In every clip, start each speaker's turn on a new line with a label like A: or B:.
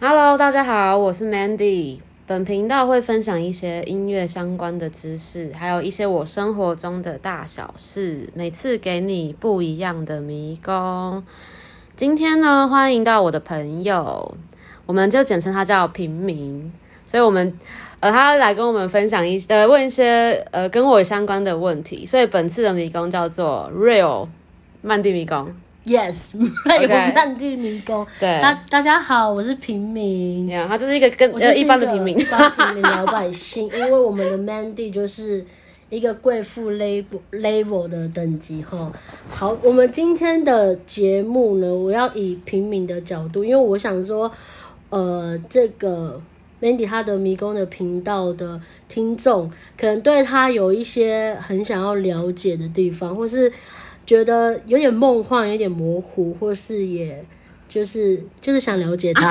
A: Hello，大家好，我是 Mandy。本频道会分享一些音乐相关的知识，还有一些我生活中的大小事，每次给你不一样的迷宫。今天呢，欢迎到我的朋友，我们就简称他叫平民。所以，我们呃，他来跟我们分享一呃，问一些呃跟我相关的问题。所以，本次的迷宫叫做 Real 曼地迷宫。
B: Yes，瑞
A: OK
B: 文曼地迷宫。
A: 对，
B: 大大家好，我是平民，
A: 呀，他就是一个跟
B: 我就
A: 呃
B: 是
A: 一般的平民
B: 一。般平民老 百姓。因为我们的 Mandy 就是一个贵妇 level level 的等级哈。好，我们今天的节目呢，我要以平民的角度，因为我想说，呃，这个 Mandy 他的迷宫的频道的听众，可能对他有一些很想要了解的地方，或是觉得有点梦幻、有点模糊，或是也就是就是想了 解他，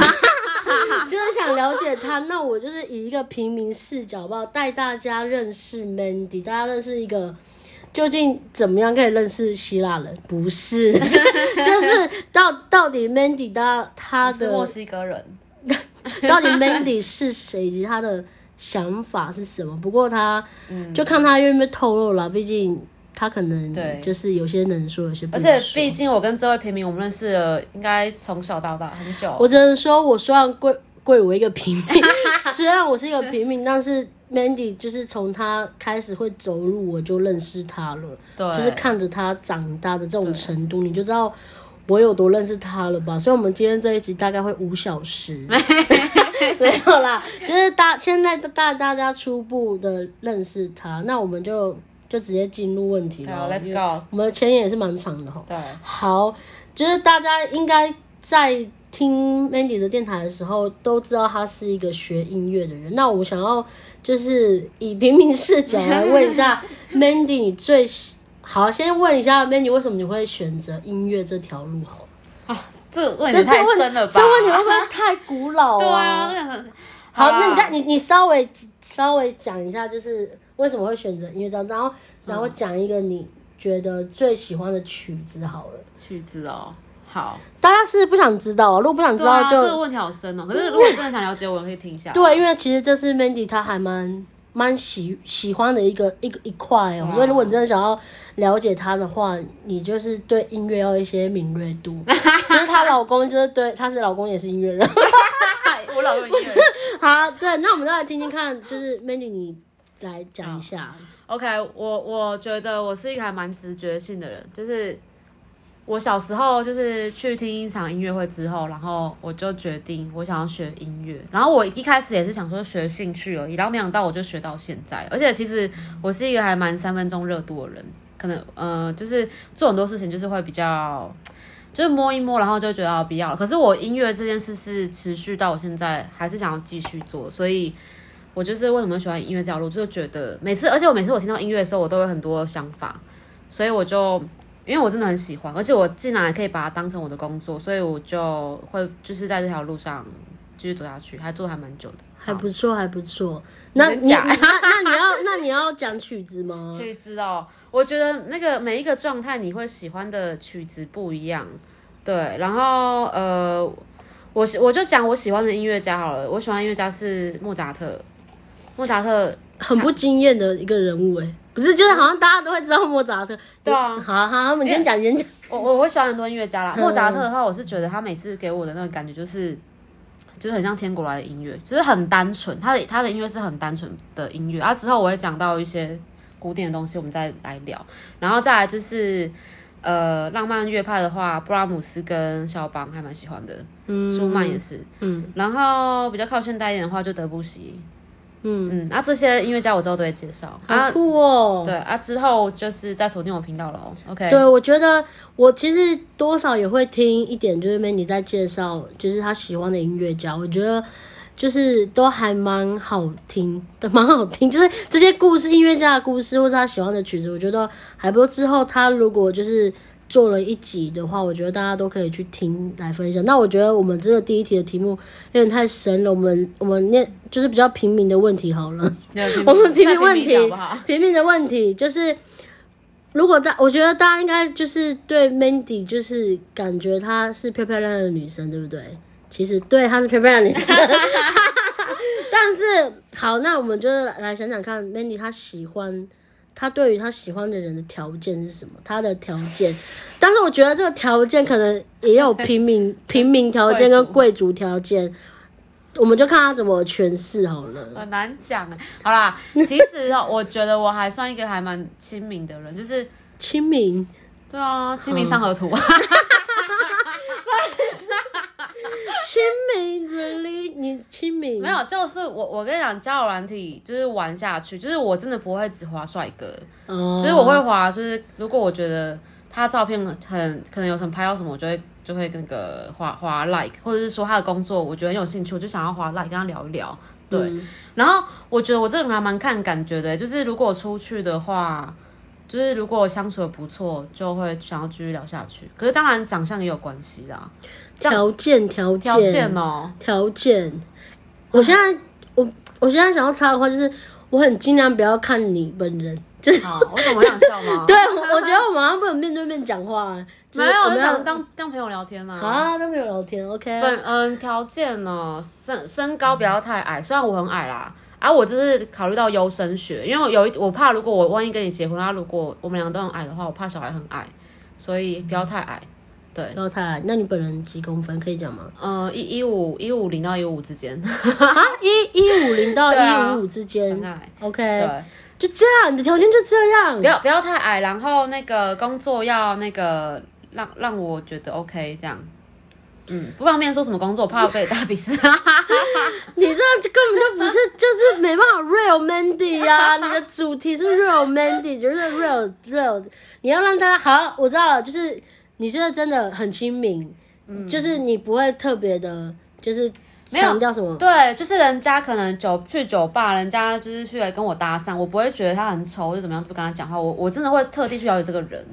B: 就是想了解他。那我就是以一个平民视角吧，带大家认识 Mandy，大家认识一个。究竟怎么样可以认识希腊人？不是， 就是到到底 Mandy 他他 的
A: 西哥人，
B: 到底 Mandy 是谁以及他的想法是什么？不过他，
A: 嗯
B: 就看他愿不愿意透露啦。毕竟他可
A: 对
B: 能就是有些能说，有些不
A: 而
B: 能
A: 且
B: 说。
A: 毕竟我跟这位平民，我们认识了应该从小到大很久。
B: 我只能说，我虽然贵贵为一个平民， 虽然我是一个平民，但是 Mandy 就是从他开始会走路，我就认识他了。
A: 对，
B: 就是看着他长大的这种程度，你就知道我有多认识他了吧？所以，我们今天这一集大概会五 小时，没有啦，就是大现在带大家初步的认识他，那我们就就直接进入问题
A: 对
B: 了。
A: 啊
B: 因
A: ，Let's
B: 为
A: go。
B: 我们的前言也是蛮长的哈。
A: 对，
B: 好，就是大家应该在听 Mandy 的电台的时候，都知道他是一个学音乐的人。那我想要就是以平民视角来问 一下 Mandy，你最喜好先问一下 Mandy，为什么你会选择音乐这条路？好了，
A: 这个问题
B: 这这
A: 哎太
B: 问
A: 深了吧？
B: 这问题会不会太古 老
A: 对啊，这个很
B: 好，
A: 啦
B: 那你再你你稍微稍微讲一下，就是为什么会选择音乐这条路，然后然
A: 嗯
B: 后讲一个你觉得最喜欢的曲子好了。
A: 曲子哦，好，
B: 大家是不想知道、啊，如果不想知
A: 对
B: 道
A: 啊，
B: 就
A: 这个问题好深哦。可是如果真的想了解，我可以听一下。
B: 对，因为其实这是 Mandy 她还蛮蛮喜喜欢的一个一个一块
A: 对
B: 哦、
A: 啊
B: 所以如果你真的想要了解她的话，你就是对音乐要有一些敏锐度。 就是她老公就是对，她是老公也是音乐人。
A: 我老公一个人。
B: 好，对，那我们再来听听看，就是 Mandy 你来讲一下。
A: OK，我我觉得我是一个还蛮直觉性的人，就是我小时候就是去听一场音乐会之后，然后我就决定我想要学音乐，然后我一开始也是想说学兴趣而已，然后没想到我就学到现在，而且其实我是一个还蛮三分钟热度的人，可能呃就是做很多事情就是会比较。就是摸一摸，然后就觉得啊不要了。可是我音乐这件事是持续到我现在，还是想要继续做，所以我就是为什么喜欢音乐这条路，就是觉得每次，而且我每次我听到音乐的时候，我都有很多想法，所以我就因为我真的很喜欢，而且我竟然还可以把它当成我的工作，所以我就会就是在这条路上继续走下去，还做得还蛮久的。
B: 还不错，还不错。那
A: 你
B: 你
A: 讲
B: 那那你要那你要讲曲 子吗？
A: 曲子哦，我觉得那个每一个状态你会喜欢的曲子不一样，对，然后呃，我喜我就讲我喜欢的音乐家好了，我喜欢的音乐家是莫扎特，莫扎特
B: 很不惊艳的一个人物哎、不是，就是好像大家都会知道莫扎特。
A: 对啊
B: 好好好，我们先讲，先讲。
A: 我我我喜欢很多音乐家啦。
B: 嗯
A: 莫扎特的话，我是觉得他每次给我的那个感觉就是，就是很像天国来的音乐，就是很单纯。他的他的音乐是很单纯的音乐啊。之后我会讲到一些古典的东西，我们再来聊。然后再来就是，呃，浪漫乐派的话，布拉姆斯跟肖邦还蛮喜欢的，舒曼也是。
B: 嗯
A: 然后比较靠现代一点的话，就德布西。
B: 嗯，
A: 嗯，那、这些音乐家我之后都会介绍啊
B: 好。酷哦、
A: 对啊，之后就是再锁定我频道喽。OK，
B: 对，我觉得我其实多少也会听一点，就是 Mandy 在介绍，就是他喜欢的音乐家，我觉得就是都还蛮好听的，蛮好听。 就是这些故事，音乐家的故事，或是他喜欢的曲子，我觉得还不错。之后他如果就是做了一集的话，我觉得大家都可以去听来分享。那我觉得我们这个第一题的题目有点太深了，我们我们念就是比较平民的问题好了。
A: 我
B: 我们平
A: 民
B: 民问题
A: 好不好？，
B: 啊平民的问题就是，如果大，我觉得大家应该就是对 Mandy 就是感觉她是漂漂亮亮的女生，对不对？其实对，她是漂漂亮女生。 但是好，那我们就来来想想看，Mandy 她喜欢，她对于她喜欢的人的条件是什么？她的条件，但是我觉得这个条件可能也有平 民平民条件跟贵族条件，我们就看她怎么诠释好了。
A: 很难讲哎。好 啦，其实哦我觉得我还算一个还蛮亲民的人，就是
B: 亲民，
A: 对啊，清明上河图。
B: 嗯亲民，really？你亲 民
A: 没有，就是我我跟你讲，交友软体就是玩下去，就是我真的不会只滑帅哥，
B: 哦，
A: 就是我会滑，就是如果我觉得他照片很可能有很拍到什么，我就会就会那个滑滑 like，或者是说他的工作我觉得很有兴趣，我就想要滑 like 跟他聊一聊。对，
B: 嗯
A: 然后我觉得我这个人还蛮看感觉的，就是如果出去的话，就是如果相处的不错，就会想要继续聊下去。可是当然长相也有关系啦，
B: 条件条件
A: 条件 哦、
B: 条件，我现在我我现在想要插的话就是，我很尽量不要看你本人。
A: 好，我怎么想笑吗？
B: 对，我我觉得我们好像不能面对面讲话、就
A: 哦没
B: 是
A: 有，
B: 我
A: 我
B: 们
A: 就
B: 要
A: 想当当朋友聊天啦、
B: 好啊，都没有聊天，OK 啊。
A: 对，嗯，条件呢，身身高不要太矮，虽然我很矮啦，啊，我就是考虑到优生学，因为我有一我怕如果我万一跟你结婚，啊，如果我们两个都很矮的话，我怕小孩很矮，所以不要太矮。对，
B: 不要太矮。那你本人几公分？可以讲吗？
A: 呃，一一五一五零到一五之间，
B: 啊，一一五零到
A: 对啊
B: 一五五之间
A: 很矮。
B: ，OK，
A: 对，
B: 就这样，你的条件就这样
A: 不。要不要太矮，然后那个工作要那个让让我觉得 OK 这样。嗯，不方便说什么工作，我怕被 大鄙视。
B: 你这样就根本就不是，就是没办法 real Mandy 啊！你的主题是 real Mandy，就是 real real，你要让大家好，我知道了，就是你现在真的很亲民，就是你不会特别的，就是
A: 没有
B: 强调什么。
A: 对，就是人家可能酒去酒吧，人家就是去来跟我搭讪，我不会觉得他很丑或者怎么样，不跟他讲话。我我真的会特地去了解这个人，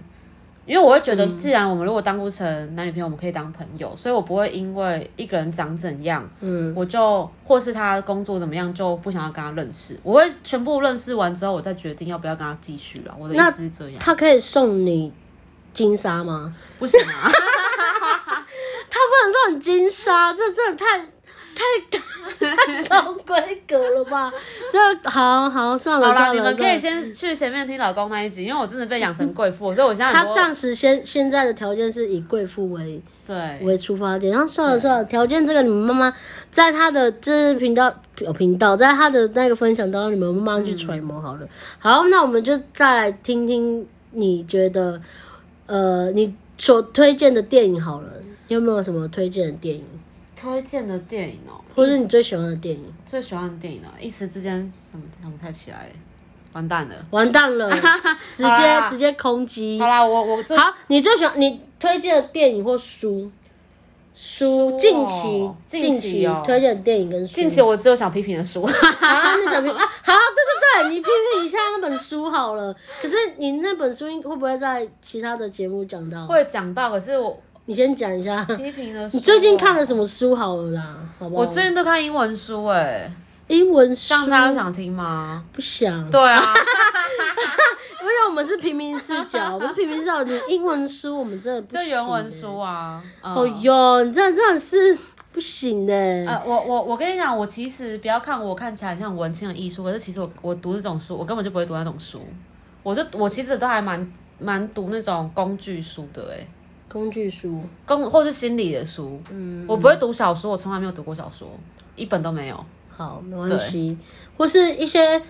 A: 因为我会觉得，既然我们如果当不成男女朋友，我们可以当朋友，所以我不会因为一个人长怎样，嗯，我就或是他工作怎么样，就不想要跟他认识。我会全部认识完之后，我再决定要不要跟他继续了。我的意
B: 那
A: 思是这样，
B: 他可以送你金沙吗？
A: 不行啊，
B: 他不能送你金沙，这真的太。太太高规格了吧？这好好算了
A: 好啦，
B: 算了，
A: 你们可
B: 算
A: 以
B: 了
A: 先去前面听老公那一集，因为我真的被养成贵 妇，所以我现在很
B: 他
A: 多
B: 暂时先现在的条件是以贵妇为
A: 对
B: 为出发点。然后算了算了，啊条件这个你们慢慢在他的就是频道有频道，在他的那个分享当中，你们慢慢去揣摩好
A: 嗯
B: 了。好，那我们就再来听听你觉得呃你所推荐的电影好了，有没有什么推荐的电影，
A: 推荐的电影哦、
B: 或是你最喜欢的电影？
A: 最喜欢的电影呢、一时之间想不想不太起来，完蛋了。
B: 完蛋了，直
A: 好
B: 接
A: 啦
B: 直接空击
A: 好。啦，我我最
B: 好，你最喜欢你推荐的电影或书？
A: 书
B: 书
A: 哦
B: 近期
A: 近
B: 近
A: 期
B: 期
A: 哦
B: 推荐的电影跟书。
A: 近期我只有想批评的书，
B: 啊，那小评啊，好，对对对，你批评一下那本书好了。可是你那本书会不会在其他的节目讲到？
A: 会讲到，可是我
B: 你先讲一下，
A: 批评的书。哦
B: 你最近看了？什么书好了啦？好不好？
A: 我最近都看英文书哎、
B: 英文书
A: 这样大家想听吗？
B: 不想，
A: 对啊，
B: 因为我们是平民 视角，我们是平民视角。你英文书我们真的不
A: 就
B: 行
A: 原文
B: 欸。
A: 书啊。嗯
B: 哦哟，你这真的是不行欸呢。
A: 呃，我我我跟你讲，我其实不要看我看起来像文青的艺术，可是其实我我读这种书，我根本就不会读那种书。我就我其实都还蛮蛮读那种工具书的哎、
B: 工具书，
A: 工或是心理的书，嗯，我不会读小说，我从来没有读过小说，一本都没有。
B: 好，没关系，或是一些。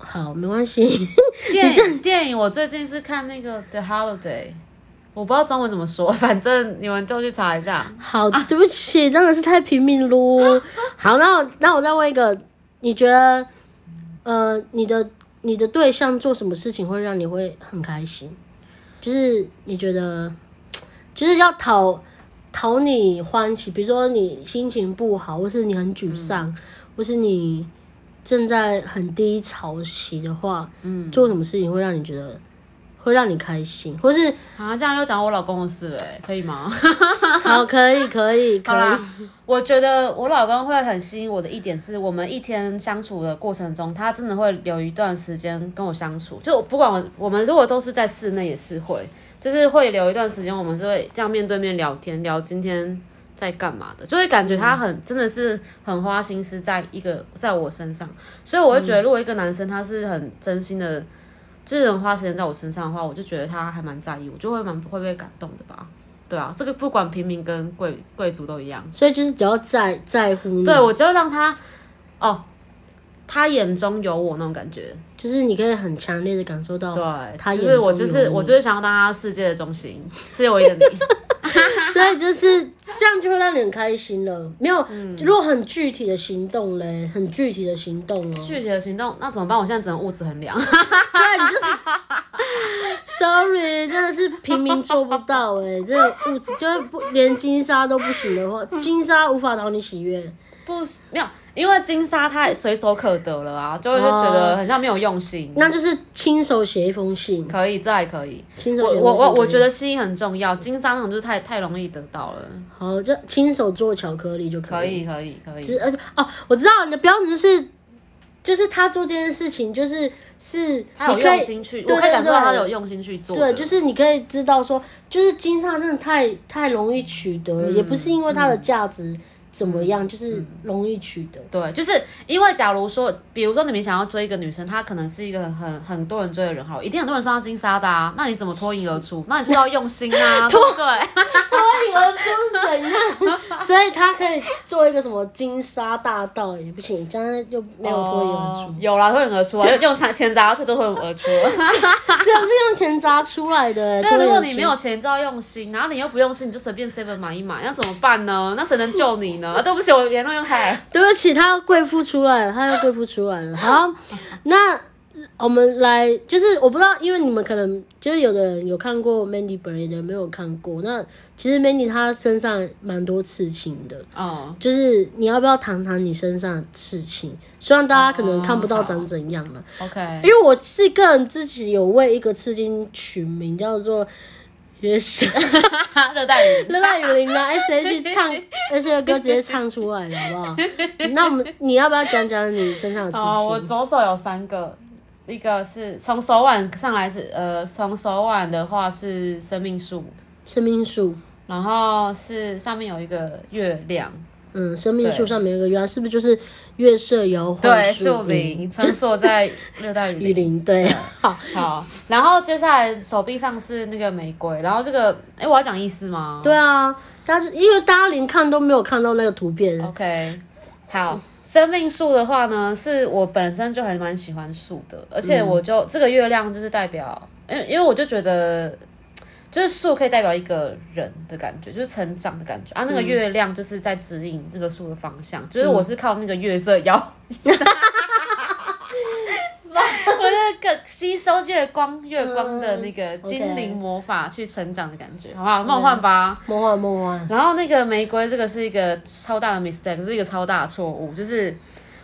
B: 好，没关系。
A: 电影电影，我最近是看那个《The Holiday》，我不知道中文怎么说，反正你们就去查一下。
B: 好，对不起，真的是太平 民喽。好，那我那我再问一个，你觉得，呃，你的你的对象做什么事情会让你会很开心？就是你觉得，就是要讨讨你欢喜，比如说你心情不好，或是你很沮丧，
A: 嗯
B: 或是你正在很低潮期的话，嗯，做什么事情会让你觉得会让你开心，或是
A: 啊，这样又讲我老公的事哎、可以吗？
B: 好，可以，可以，可
A: 好啦
B: 以，，
A: 我觉得我老公会很吸引我的一点是，我们一天相处的过程中，他真的会留一段时间跟我相处。就我不管我我们如果都是在室内，也是会，就是会留一段时间，我们是会这样面对面聊天，聊今天在干嘛的，就会感觉他很、真的是很花心思在一个在我身上，所以我会觉得如果一个男生他是很真心的，就是很花时间在我身上的话，我就觉得他还蛮在意我，就会蛮会被感动的吧。对啊，这个不管平民跟贵贵族都一样。
B: 所以就是只要在在乎你，
A: 对，我就让他哦，他眼中有我那种感觉。
B: 就是你可以很强烈的感受到，
A: 对，
B: 他
A: 就
B: 眼
A: 是我就
B: 中有
A: 是 我
B: 我
A: 就是想要当他世界的中心，只有我一个你。
B: 所以就是这样就会让你很开心了。没有，
A: 嗯
B: 如果很具体的行动嘞，很具体的行动哦、
A: 具体的行动那怎么办？我现在只能物质衡量。
B: 对，你就是 ，sorry，真的是平民做不到哎、欸，这个物质就是不连金沙都不行 的话，金沙无法讨你喜悦。
A: 不是，没有，因为金沙太随手可得了啊，就会就觉得很像没有用心。
B: 哦那就是亲手写一封信，
A: 可以，这还可以。
B: 亲手
A: 我
B: 写一封信
A: 我我
B: 可以
A: 我觉得心意很重要，金沙那种就是太太容易得到了。
B: 好，就亲手做巧克力就
A: 可
B: 可以。
A: 以可以可以，
B: 嗯就是而且哦，我知道你的标准就是，就是他做这件事情，就是是
A: 他有
B: 你可
A: 用
B: 以
A: 心去，
B: 对
A: 我可以感受到
B: 对
A: 他
B: 对
A: 有用心去做的。
B: 对，就是你可以知道说，就是金沙真的太太容易取得
A: 嗯
B: 了，也不是因为它的价值怎么样，就是容易取得。
A: 对，就是因为假如说，比如说你们想要追一个女生，她可能是一个很很多人追的人，好了，一定很多人说她金沙的啊，那你怎么脱颖而出？那你就要用心 啊，对不对？
B: 脱颖而出是怎样？ 所以他可以做一个什么金沙大道也不行，这样又没有脱颖
A: 哦
B: 而出，
A: 有啦，脱颖而出啊，用用钱钱砸下去就脱颖而出 了。
B: 这样是用钱砸出 来的。
A: 就是如果
B: 脱颖而
A: 你
B: 出
A: 没有钱，就要用心，然后你又不用心，你就随便 seven 买一买，那怎么办呢？那谁能救你 呢？啊对不起，我言论又开 了。
B: 对不起，他要贵妇出来了，他要贵妇出来了。好，那我们来，就是我不知道，因为你们可能就是有的人有看过 Mandy 本人，有的人没有看过。那其实 Mandy 她身上蛮多刺青的，
A: 嗯，
B: 就是你要不要谈谈你身上的刺青？虽然大家可能看不到
A: 哦
B: 长怎样了，
A: OK，
B: 因为我是个人自己有为一个刺青取名叫做。 也是
A: 热带雨
B: 热带雨林吗？S H 唱 S H 的歌直接唱出来了，好不好？那我们你要不要讲讲你身上的刺
A: 哦，我
B: 青？
A: 左手有三个，一个是从手腕上来是呃，从手腕的话是生命树，
B: 生命树，
A: 然后是上面有一个月亮，
B: 嗯，生命树上面有一个月亮，是不是就是月色摇晃
A: 对，树
B: 树嗯
A: 林穿梭在热带雨
B: 雨
A: 林。
B: 林？对，好，
A: 好，然后接下来手臂上是那个玫瑰，然后这个，哎，我要讲意思吗？
B: 对啊，但是因为大家连看都没有看到那个图片，
A: 哦 OK，好，生命树的话呢，是我本身就还蛮喜欢树的，而且
B: 嗯
A: 我就、这个月亮就是代表，因为因为我就觉得，就是树可以代表一个人的感觉，就是成长的感觉啊。
B: 嗯
A: 那个月亮就是在指引这个树的方向，就是我是靠那个月色摇。 我是个吸收月光、月光的那个
B: 嗯，OK
A: 精灵魔法去成长的感觉，好不好？梦幻吧。
B: 梦幻梦幻，
A: 然后那个玫瑰，这个是一个超大的 mistake，是一个超大的错误，就是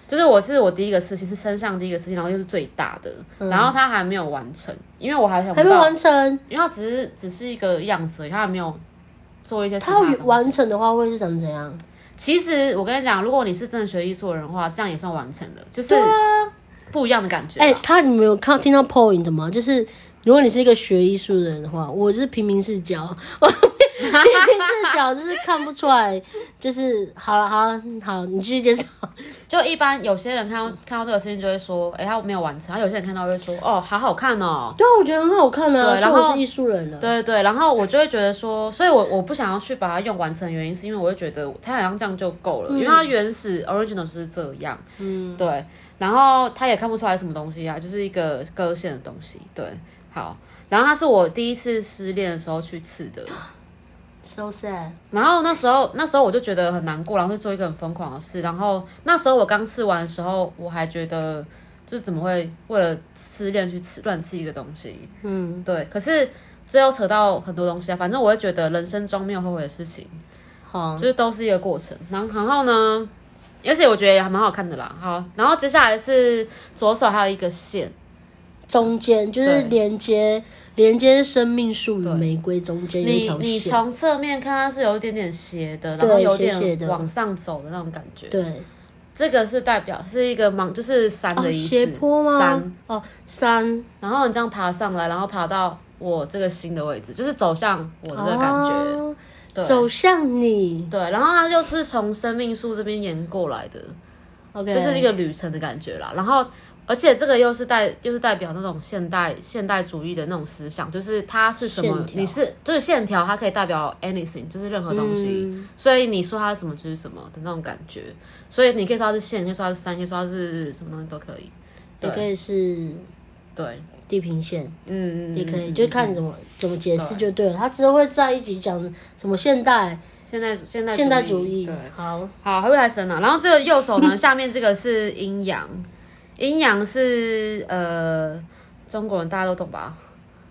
A: 就是我是我第一个事情是身上第一个事情，然后又是最大的，然后它还没有完成，因为我还想不
B: 嗯还没
A: 到，
B: 完成。
A: 因为它只是只是一个样子而已，它还没有做一些其
B: 它
A: 他的
B: 要
A: 东西。
B: 完成的话会是长怎样？
A: 其实我跟你讲，如果你是真的学艺术的人的话，这样也算完成了，就是不一样的感觉。
B: 啊哎、他你们有看听到 point 吗？就是如果你是一个学艺术的人的话，我是平民视角， 我平民视角就是看不出来，就是好了，好了好，你继续介绍。
A: 就一般有些人看到看到这个事情就会说，哎、他没有完成；，然后有些人看到会说，哦，好好看哦，
B: 对啊，我觉得很好看啊，
A: 对
B: 所以
A: 然后
B: 我是艺术人了。
A: 对对，然后我就会觉得说，所以我我不想要去把它用完成，原因是因为我会觉得它好像这样就够了，因为它原始 original 就是这样，嗯，对，然后它也看不出来什么东西啊，就是一个割线的东西，对，好，然后它是我第一次失恋的时候去刺的，
B: ，so sad。
A: 然后那时候那时候我就觉得很难过，然后就做一个很疯狂的事，然后那时候我刚刺完的时候，我还觉得就是怎么会为了失恋去刺乱刺一个东西，
B: 嗯，
A: 对，可是这又扯到很多东西啊。反正我会觉得人生中没有后悔的事情，
B: 嗯好，
A: 就是都是一个过程。然后然后呢，而且我觉得也还蛮好看的啦。好，然后接下来是左手还有一个线，
B: 中间就是
A: 对
B: 连接连接生命树与
A: 对
B: 玫瑰中间有一
A: 你
B: 条
A: 你
B: 线。
A: 从侧面看它是有一点点斜的，然后
B: 对
A: 有
B: 斜斜的
A: 点往上走的那种感觉。
B: 对，这
A: 这个是代表是一个芒，就是山
B: 哦
A: 的意思，
B: 斜坡
A: 山。
B: 吗？哦，山
A: 然后你这样爬上来，然后爬到我这个心的位置，就是走向我的感觉。
B: 哦
A: 对
B: 走向你。
A: 对，然后他就是从生命树这边沿过来的，
B: OK，
A: 就是一个旅程的感觉啦。然后，而且这个又是代又是代表那种现代现代主义的那种思想，就是它是什么
B: 线，条
A: 你是就是线条，它可以代表 anything，就是任何东西。
B: 嗯
A: 所以你说它是什么就是什么的那种感觉。所以你可以说它是线，你可以说它是山，你可以说它是什么东西都可以。
B: 也可以是
A: 对，
B: 地平线，
A: 嗯，
B: 也可以，
A: 嗯
B: 就看你怎么怎么解释就对了。他之后会在一起讲什么现代
A: 现代现代
B: 现代主义
A: 对。，
B: 好，啊
A: 好，会不会太深了？然后这个右手呢，下面这个是阴阳，阴阳是呃，中国人大家都懂吧？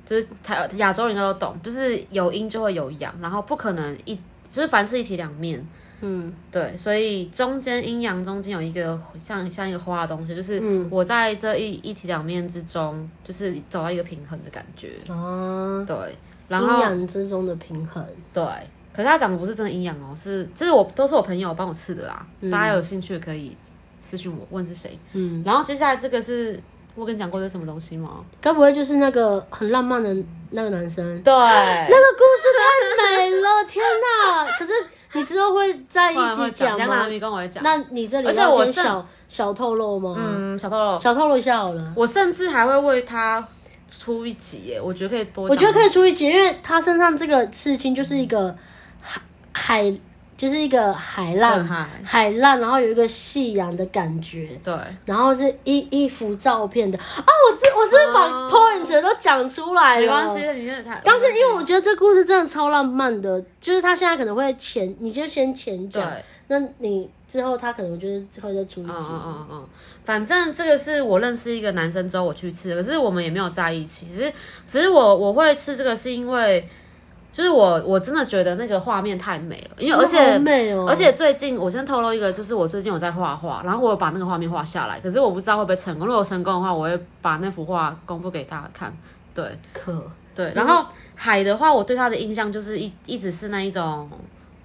A: 就是台亚洲人应该都懂，就是有阴就会有阳，然后不可能一就是凡事一体两面。
B: 嗯，
A: 对，所以中间阴阳中间有一个像像一个花的东西，就是我在这一一体两面之中，就是找到一个平衡的感觉。
B: 啊，
A: 对，然
B: 阴
A: 后
B: 阳之中的平衡，
A: 对，可是他长得不是真的阴阳哦，是这是我都是我朋友帮我刺的啦。大家有兴趣可以私信我，问是谁。
B: 嗯，
A: 然后接下来这个是我跟你讲过这是什么东西吗？
B: 该不会就是那个很浪漫的那个男生？
A: 对，
B: 那个故事太美了， 天哪！可是你之后会在一起讲
A: 梁南
B: 吗？
A: 明跟我也啊讲，
B: 那你这里
A: 而且
B: 要
A: 我
B: 先
A: 上
B: 小小透露吗？
A: 嗯，小透露，
B: 小透露一下好了。
A: 我甚至还会为他出一集耶，我觉得可以多，
B: 我觉得可以出一集，因为他身上这个刺青就是一个海海，就是一个海浪
A: 对海
B: 海浪，然后有一个夕阳的感觉，
A: 对。
B: 然后是一一幅照片的啊！我知我是不是把
A: 哦
B: point 都讲出来了，
A: 没关系，你现在才。
B: 但是因为我觉得这故事真的超浪漫的，就是他现在可能会前，你就先前
A: 对，
B: 讲，那你之后他可能就是会再出一
A: 嗯
B: 集。
A: 嗯嗯嗯，反正这个是我认识一个男生之后我去吃的，可是我们也没有在一起，只是只是我我会吃这个是因为，就是我我真的觉得那个画面太美了，因为而
B: 哇好
A: 且。
B: 美哦，
A: 而且最近，我先透露一个，就是我最近有在画画，然后我有把那个画面画下来，可是我不知道会不会成功。如果成功的话，我会把那幅画公布给大家看。对，
B: 可
A: 对，然后海的话，我对它的印象就是一一直是那一种，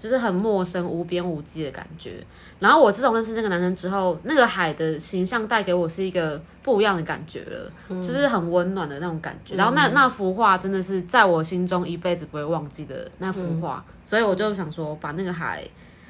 A: 就是很陌生、无边无际的感觉。然后我自从认识那个男生之后，那个海的形象带给我是一个不一样的感觉了，就是很温暖的那种感觉。然后那那幅画真的是在我心中一辈子不会忘记的那幅画，所以我就想说把那个海，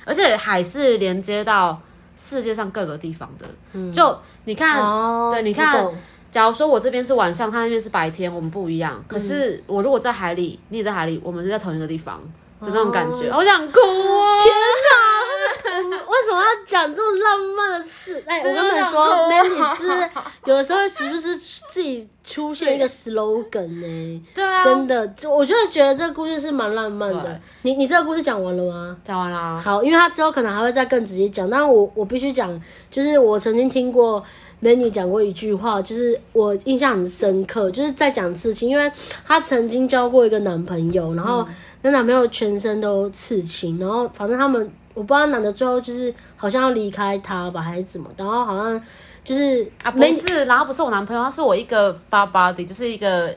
A: 而且海是连接到世界上各个地方的。就你看，
B: 哦，
A: 对你看
B: 我懂
A: 假如说我这边是晚上，他那边是白天，我们不一样。可
B: 嗯
A: 是我如果在海里，你也在海里，我们是在同一个地方的那种感觉，好想哭哦！
B: 嗯天啊哪！我们为什么要讲这么浪漫的事？哎，我
A: 真
B: 跟
A: 的
B: 你们
A: 想
B: 说
A: 哭啊
B: ，Mandy 是有的时候时不时自己出现一个 slogan 呢、
A: 对啊，
B: 真的，就我就是觉得这个故事是蛮浪漫的
A: 对。
B: 你你这个故事讲完了吗？
A: 讲完啦。
B: 好，因为他之后可能还会再更直接讲，但我我必须讲，就是我曾经听过 Mandy 讲过一句话，就是我印象很深刻，就是在讲刺青，因为她曾经交过一个男朋友，然
A: 嗯
B: 后那男朋友全身都刺青，然后反正他们我不知道男的最后就是好像要离开她吧，还是怎么，然后好像就是
A: 啊，不
B: Mandy
A: 是，然后不是我男朋友，他是我一个发 body，就是一个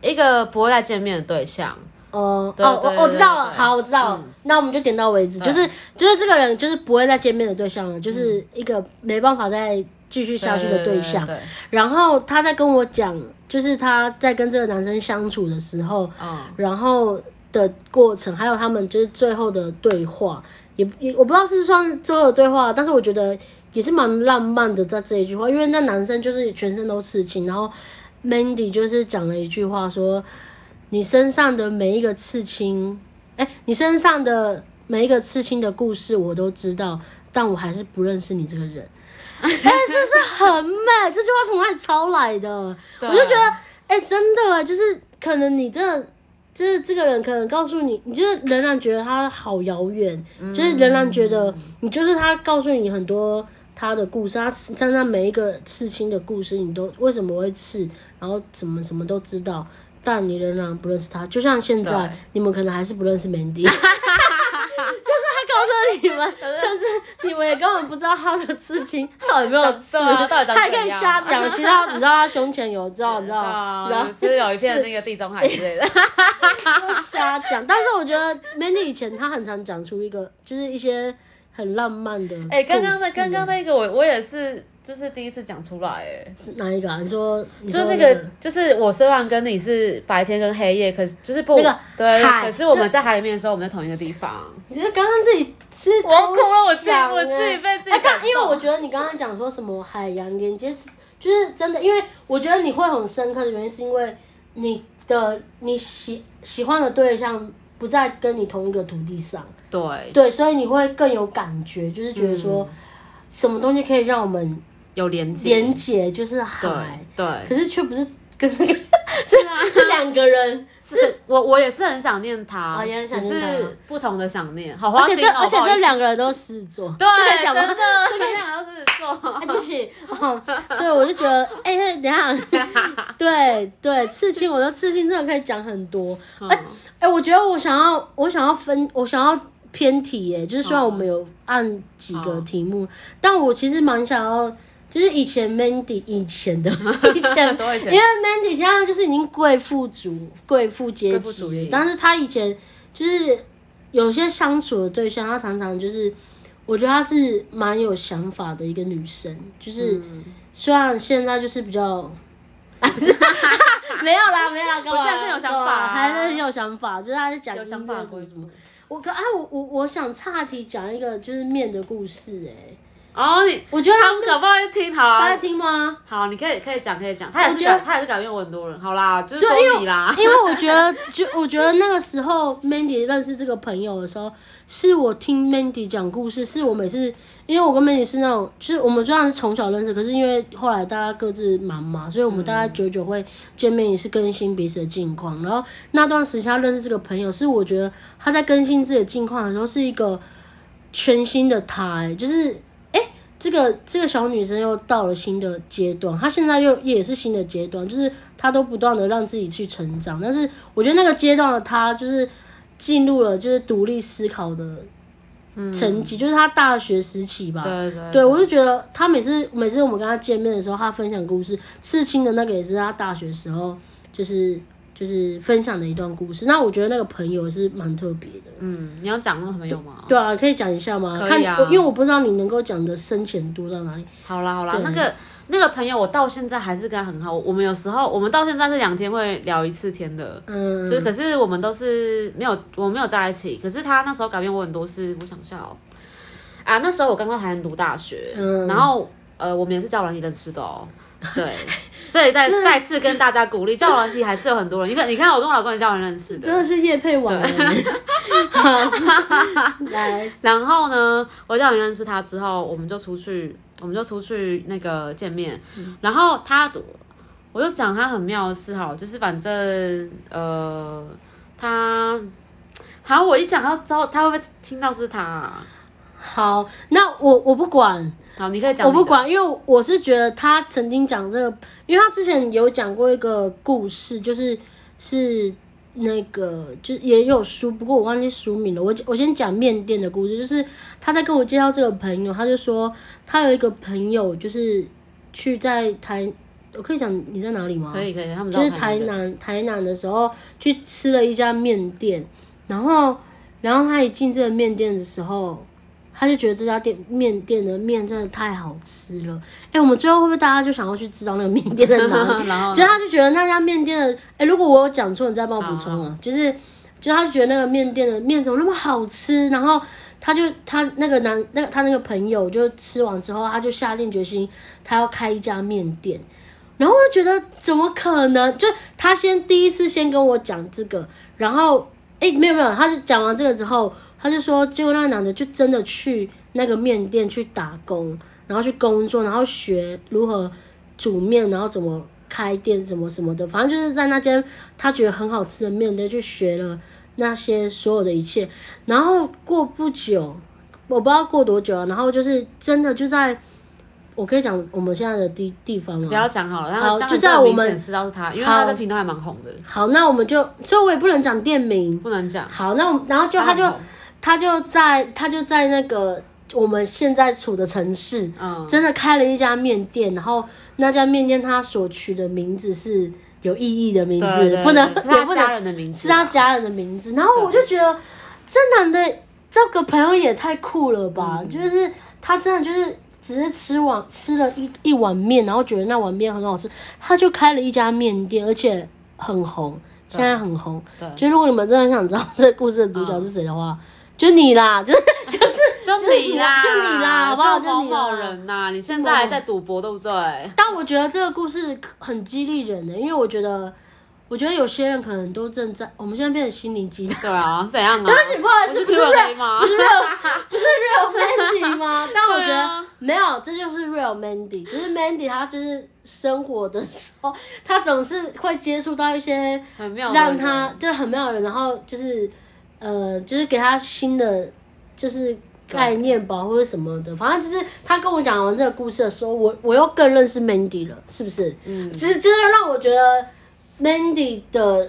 A: 一个不会再见面的对象。
B: 哦
A: 对
B: 哦，
A: 对
B: 我我知道了，
A: 对对嗯
B: 好，我知道了，那我们就点到为止，就是就是这个人就是不会再见面的对象了，就是一个没办法再继续下去的对象。
A: 嗯对，对
B: 然后他在跟我讲，就是他在跟这个男生相处的时候，
A: 嗯，
B: 然后的过程，还有他们就是最后的对话，也也我不知道是不是算是最后的对话，但是我觉得也是蛮浪漫的，在这一句话，因为那男生就是全身都刺青，然后 Mandy 就是讲了一句话说，你身上的每一个刺青，哎，你身上的每一个刺青的故事我都知道，但我还是不认识你这个人。哎、是不是很美？这句话从哪里抄来的？我
A: 对啊
B: 就觉得，哎、真的就是可能你真的就是这个人可能告诉你，你就是仍然觉得他好遥远，
A: 嗯
B: 就是仍然觉得你就是他告诉你很多他的故事，他身上每一个刺青的故事，你都为什么会刺，然后怎么什么都知道，但你仍然不认识他。就像现
A: 对
B: 在，你们可能还是不认识 Mandy。就是 他告诉你们，甚至你们也根本不知道他的刺青到底有没有 刺，
A: 对啊到底长
B: 他还可
A: 怎
B: 以
A: 样
B: 瞎讲。其实他，你知道他胸前有，你知道，你知道，你知道
A: 啊，，就是有一片那个地中海之 类的。
B: 瞎讲。但是我觉得 Mandy 以前他很常讲出一个，就是一些很浪漫的故事。
A: 哎、刚刚的刚刚那个我我也是，就是第一次讲出来、哎，
B: 是哪一个、啊？你说，你
A: 就是
B: 说
A: 那个，就是我虽然跟你是白天跟黑夜，可是就是不、
B: 那个
A: 对，
B: 海
A: 可是我们在海里面的时候，我们在同一个地方。
B: 你是刚刚自己是偷
A: 我哭了我自己
B: 想欸
A: 我自己被自己
B: 哎刚
A: 感动
B: 因为我觉得你刚刚讲说什么海洋连接，就是真的，因为我觉得你会很深刻的原因是因为你的你喜喜欢的对象不在跟你同一个土地上，
A: 对，
B: 对，所以你会更有感觉，就是觉得
A: 嗯
B: 说、什么东西可以让我们
A: 有连接，
B: 连接，就是海，
A: 对，啊
B: 可是却不是跟 这个是是两个人，
A: 是我我也是很想念他，
B: 哦也很想念他
A: 只是不同的想念，好花
B: 而且
A: 心
B: 这
A: 哦，
B: 而且
A: 不好意
B: 这
A: 思
B: 两个人都是狮子座，
A: 对
B: 这个讲吗
A: 真的，这个讲都是 做
B: 哎，对不起，哦，对，我就觉得，哎、那等 一下，对对，刺青，我的刺青真的可以讲很多。哎、哎、我觉得我想要，我想要分，我想要偏题耶，就是
A: 哦
B: 虽然我们有按几个题目，但我其实蛮想要，就是以前 Mandy 以前 的以前，
A: 多以前
B: 因为 Mandy 现在就是已经贵妇族、贵妇阶
A: 贵妇主
B: 级
A: 义
B: 了，但是她以前就是有些相处的对象，她常常就是，我觉得她是蛮有想法的一个女生，就是、
A: 嗯
B: 虽然现在就是比较。啊、不是， 没有啦，没有啦，干嘛
A: 我
B: 啦？
A: 现在真有想法
B: 干嘛啦
A: 啊
B: 还是很有想法，就是他是讲
A: 有想
B: 音
A: 法
B: 乐什么什么
A: 过。
B: 我可啊，我我我想岔题讲一个就是面的故事、哎，
A: 哦，你
B: 我觉得
A: 他们可不好意思听好
B: 大
A: 啊
B: 家，听吗？
A: 好，你可以可以讲可以讲，他也
B: 我
A: 是
B: 觉得
A: 改他也是改变我很多人，好啦，就是
B: 对，因为
A: 说你啦，
B: 因为我觉得，就我觉得那个时候 Mandy 认识这个朋友的时候，是我听 Mandy 讲故事，是我每次，因为我跟 Mandy 是那种，就是我们虽然是从小认识，可是因为后来大家各自忙嘛，所以我们大家久久会见面，也是更新彼此的近况。然后那段时间他认识这个朋友，是我觉得他在更新自己的近况的时候，是一个全新的他、欸就是。诶这个这个小女生又到了新的阶段，她现在又也是新的阶段，就是她都不断的让自己去成长。但是我觉得那个阶段的她，就是进入了就是独立思考的成绩，就是她大学时期吧。
A: 对嗯对
B: 对，我就觉得她每次每次我们跟她见面的时候，她分享故事，刺青的那个也是她大学时候就是就是分享的一段故事。那我觉得那个朋友是蛮特别的。
A: 嗯，你要讲那个朋友吗？
B: 对啊，可以讲一下吗？
A: 可以啊
B: 看，我因为我不知道你能够讲的深浅度到哪里。
A: 好啦好啦，那个那个朋友我到现在还是跟他很好，我们有时候我们到现在是两天会聊一次天的，
B: 嗯，
A: 就是，可是我们都是没有，我们没有在一起。可是他那时候改变我很多是，我想一下哦，啊，那时候我刚刚还能读大学，
B: 嗯
A: 然后呃，我们也是教软体认识的 哦，对，所以再再次跟大家鼓励，教软体还是有很多人。你看，你看我跟我老公也教软认识
B: 真的
A: 的，
B: 是叶配完了。 好来，
A: 然后呢，我教软认识他之后，我们就出去，我们就出去那个见面，然后他。我就讲他很妙的事好了，就是反正呃，他好像我一讲他之后，他会不会听到是他、啊？
B: 好，那我我不管，
A: 好，你可以讲。
B: 我不，管，因为我是觉得他曾经讲这个，因为他之前有讲过一个故事，就是是那个就也有书，不过我忘记书名了。我我先讲面店的故事，就是他在跟我介绍这个朋友，他就说他有一个朋友就是去在台，我可以讲你在哪里吗？
A: 可以可以，他们知
B: 就
A: 道
B: 是
A: 我
B: 台
A: 人。
B: 南台南的时候去吃了一家面店，然后然后他一进这个面店的时候，他就觉得这家店面店的面真的太好吃了。哎、我们最后会不会大家就想要去知道那个面店在 哪里？
A: 然后呢
B: 就是他就觉得那家面店的，哎、如果我有讲错，你再帮我补充啊。就是就他就觉得那个面店的面怎么那么好吃，然后他就他那个男那个他那个朋友就吃完之后，他就下定决心，他要开一家面店。然后我就觉得怎么可能？就他先第一次先跟我讲这个，然后哎没有没有，他是讲完这个之后，他就说，结果那个男的就真的去那个面店去打工，然后去工作，然后学如何煮面，然后怎么开店，什么什么的，反正就是在那间他觉得很好吃的面店去学了那些所有的一切。然后过不久，我不知道过多久啊，然后就是真的就在。我可以讲我们现在的地地方吗？
A: 不要讲好了，
B: 好
A: 然后
B: 就在我们
A: 知道是他，因为
B: 好
A: 他在屏东还蛮红的，
B: 好，那我们就，所以我也不能讲店名。
A: 不能讲。
B: 好，那我们，然后就他就
A: 很红
B: 他就在他就在那个我们现在处的城市，
A: 嗯，
B: 真的开了一家面店，然后那家面店他所取的名字是有意义的名
A: 对
B: 字，
A: 对
B: 不能
A: 对是
B: 也
A: 他
B: 不
A: 家
B: 能
A: 人的名字，啊
B: 是他。家人的名字。然后我就觉得这男的这个朋友也太酷了吧！
A: 嗯
B: 就是他真的就是只是吃碗吃了一一碗面，然后觉得那碗面很好吃，他就开了一家面店，而且很红，现在很红。
A: 对嗯
B: 就如果你们真的想知道这个故事的主角是谁的话，就你啦，就是就是
A: 就你啦，
B: 就你啦，好不好？就
A: 某
B: 你
A: 某
B: 啦。
A: 人呐、你现在还在赌博对不对？
B: 但我觉得这个故事很激励人的，因为我觉得，我觉得有些人可能都正在，我们现在变成心灵鸡汤。
A: 对啊，怎样啊？
B: 对不起，不好意思，
A: 是
B: 不是
A: Q&A
B: real，
A: 吗
B: 不是 real，不是 real Mandy 吗？但我觉
A: 对
B: 得、
A: 啊
B: 没有，这就是 real Mandy，就是 Mandy 她就是生活的时候，她总是会接触到一些
A: 很妙的人，
B: 让她就是很妙的人，然后就是呃，就是给她新的就是概念吧，或者什么的。反正就是她跟我讲完这个故事的时候，我我又更认识 Mandy 了，是不是？嗯，只是真的让我觉得 Mandy 的，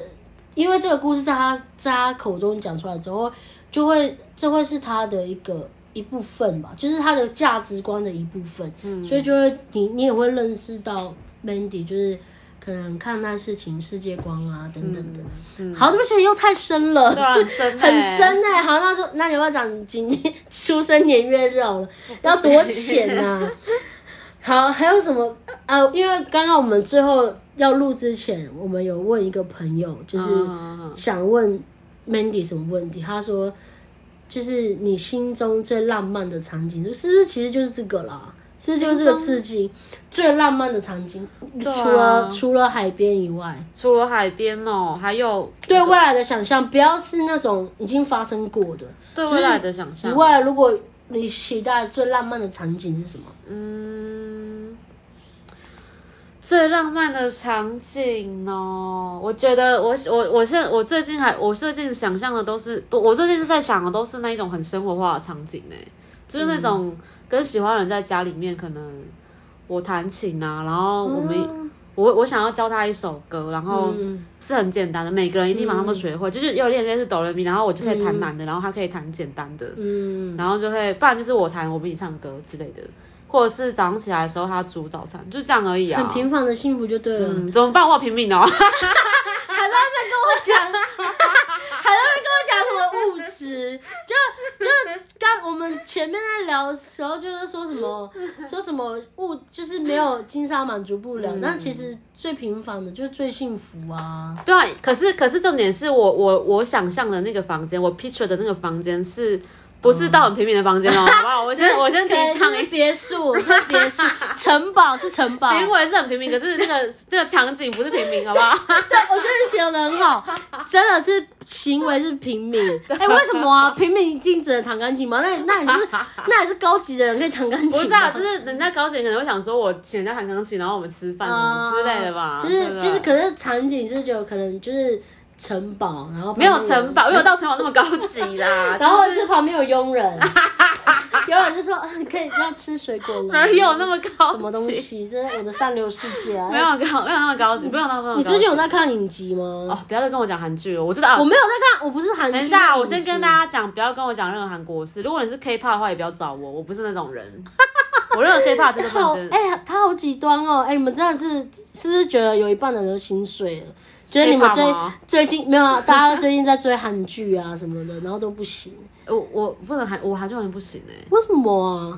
B: 因为这个故事在她在她口中讲出来之后，就会这会是她的一个。一部分吧，就是她的价值观的一部分，所以就会你你也会认识到 Mandy，就是可能看待事情世界观啊等等的。好，对不起，又太深了，
A: 对啊，很深、
B: 很。深哎、好，那就那你要不要讲今年出生年月日好了？要多浅啊？好，还有什么？啊，因为刚刚我们最后要录之前，我们有问一个朋友，就是
A: 嗯
B: 想问 Mandy 什么问题？他说，就是你心中最浪漫的场景，是不是其实就是这个啦？是不是就是这个刺激最浪漫的场景，
A: 对啊
B: 除了除了海边以外，
A: 嗯除了海边哦，还有
B: 对未来的想象，不要是那种已经发生过的。
A: 对
B: 就是
A: 未来的想
B: 你
A: 象。
B: 未来如果你期待最浪漫的场景是什么？
A: 最浪漫的场景哦，我觉得我我我现在我最近还我最近想象的都是，我最近在想的都是那一种很生活化的场景呢，就是那
B: 嗯
A: 种跟喜欢的人在家里面，可能我弹琴啊，然后我们、我我想要教他一首歌，然后
B: 哦嗯
A: 是很简单的，每个人一定马上都学会，就是有点类似哆来咪，然后我就可以弹难的，然后他可以弹简单的，
B: 嗯，
A: 然后就会，不然就是我弹我比你唱歌之类的，或者是早上起来的时候他煮早餐，就这样而已啊。
B: 很平凡的幸福就对了。
A: 嗯，怎么办？我要平民哦。
B: 还在那边跟我讲，还在那边跟我讲什么物质？就就刚我们前面在聊的时候，就是说什 么说什么物，就是没有金沙满足不了。
A: 嗯
B: 但其实最平凡的就是最幸福啊。
A: 对啊，可是可是重点是我我我想象的那个房间，我 picture 的那个房间是不是到很平民的房间 哦？好不好？我先我先提
B: 对，就
A: 倡
B: 是
A: 一下。
B: 别墅，就是别 墅，城堡是城堡。
A: 行为是很平民，可 是那个那个场景 不是啊平民，好不好？
B: 对，我觉得你形容的很 好，真的是行为是平民。哎、为什么啊？平民一定只能弹钢琴吗？那那你是那你是高级的人可以弹钢琴吗？
A: 不是啊，就是人家高姐可能会想说，我请人家弹钢琴，然后我们吃饭什么之类的吧，
B: 啊就
A: 对啊不
B: 是
A: 对
B: 就是，可是场景是就可能就是城堡，然后，
A: 没有城，堡，没有到城堡那么高级啦
B: 然后
A: 就是
B: 是旁边有佣人， 佣人就说啊可以要吃水果吗？
A: 没有那么高级，
B: 什么东西，这是我的上流世界啊。
A: 没有高，没有那么高级，没有那么高级。
B: 你最近有在看影集吗？
A: 哦，不要再跟我讲韩剧了，我知道啊
B: 我没有在看，我不是韩剧。
A: 等一下，我
B: 是影
A: 先
B: 集
A: 跟大家讲，不要跟我讲任何韩国事。如果你是 K-pop 的话，也不要找我，我不是那种人。 我任何 K-pop 这个
B: 好，
A: 本身，
B: 哎、他好极端哦！哎、你们真的是是不是觉得有一半的人都心碎了？觉得你们
A: 可以
B: 最
A: 怕吗
B: 最近没有啊？大家最近在追韩剧啊什么的，然后都不行，
A: 我我不能韩，我韩剧完全不行哎、
B: 为什么啊？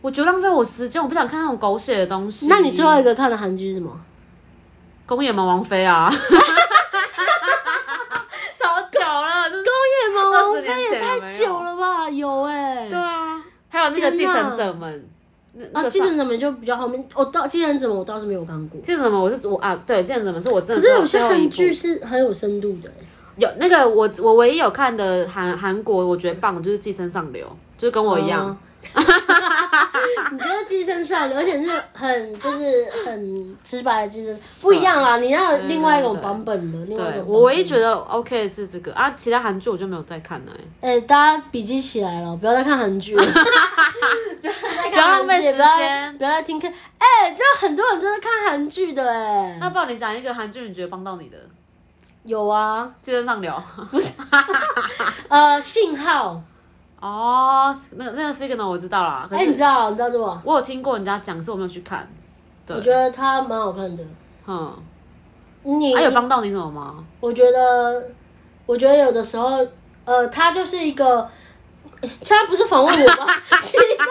A: 我觉得浪费我时间，我不想看那种狗血的东西。
B: 那你最后一个看的韩剧是什么？
A: 公演吗？王菲啊， 超久了，真的
B: 公演吗？
A: 20
B: 王菲
A: 年
B: 也
A: 前了
B: 太久了吧？有哎、
A: 对啊，还有那个继
B: 天哪
A: 承者们，那那
B: 啊，
A: 个
B: 继
A: 上
B: 承者们就比较后面，我到继承者们我倒是没有看过。
A: 继承者们，我是我啊，对，继承者们是我真
B: 可
A: 的
B: 是
A: 最后。
B: 有些
A: 最后一
B: 韩
A: 部
B: 剧是很有深度的、欸，
A: 有那个我我唯一有看的韩韩国，我觉得棒的就是《寄生上流》，就是跟我一样。
B: 哦 你这是寄生上流，而且是很就是很直白的寄生，不一样啦。啊你那有另外一种版本了，另外一
A: 对
B: 种。
A: 我唯一觉，得 OK 的是这个啊，其他韩剧我就没有再看了、欸。
B: 哎、大家笔记起来了，不要再看韩 剧了，不
A: 不要浪费时
B: 不要再
A: 间
B: 不要再听看。哎、这样很多人真的看韩剧的哎、
A: 那不然你讲一个韩剧，你觉得帮到你的《
B: 有啊，
A: 寄生上流》
B: 呃，信号，
A: 哦，那那个是一个呢，我知道啦。可
B: 哎、
A: 是
B: 你知道你知道这个？
A: 我有听过人家讲，是我没有去看。对
B: 我觉得它蛮好看的。
A: 嗯，
B: 你、
A: 还、啊有帮到你什么吗？
B: 我觉得，我觉得有的时候，呃，它就是一个 现在不是访问我吗？ 奇怪，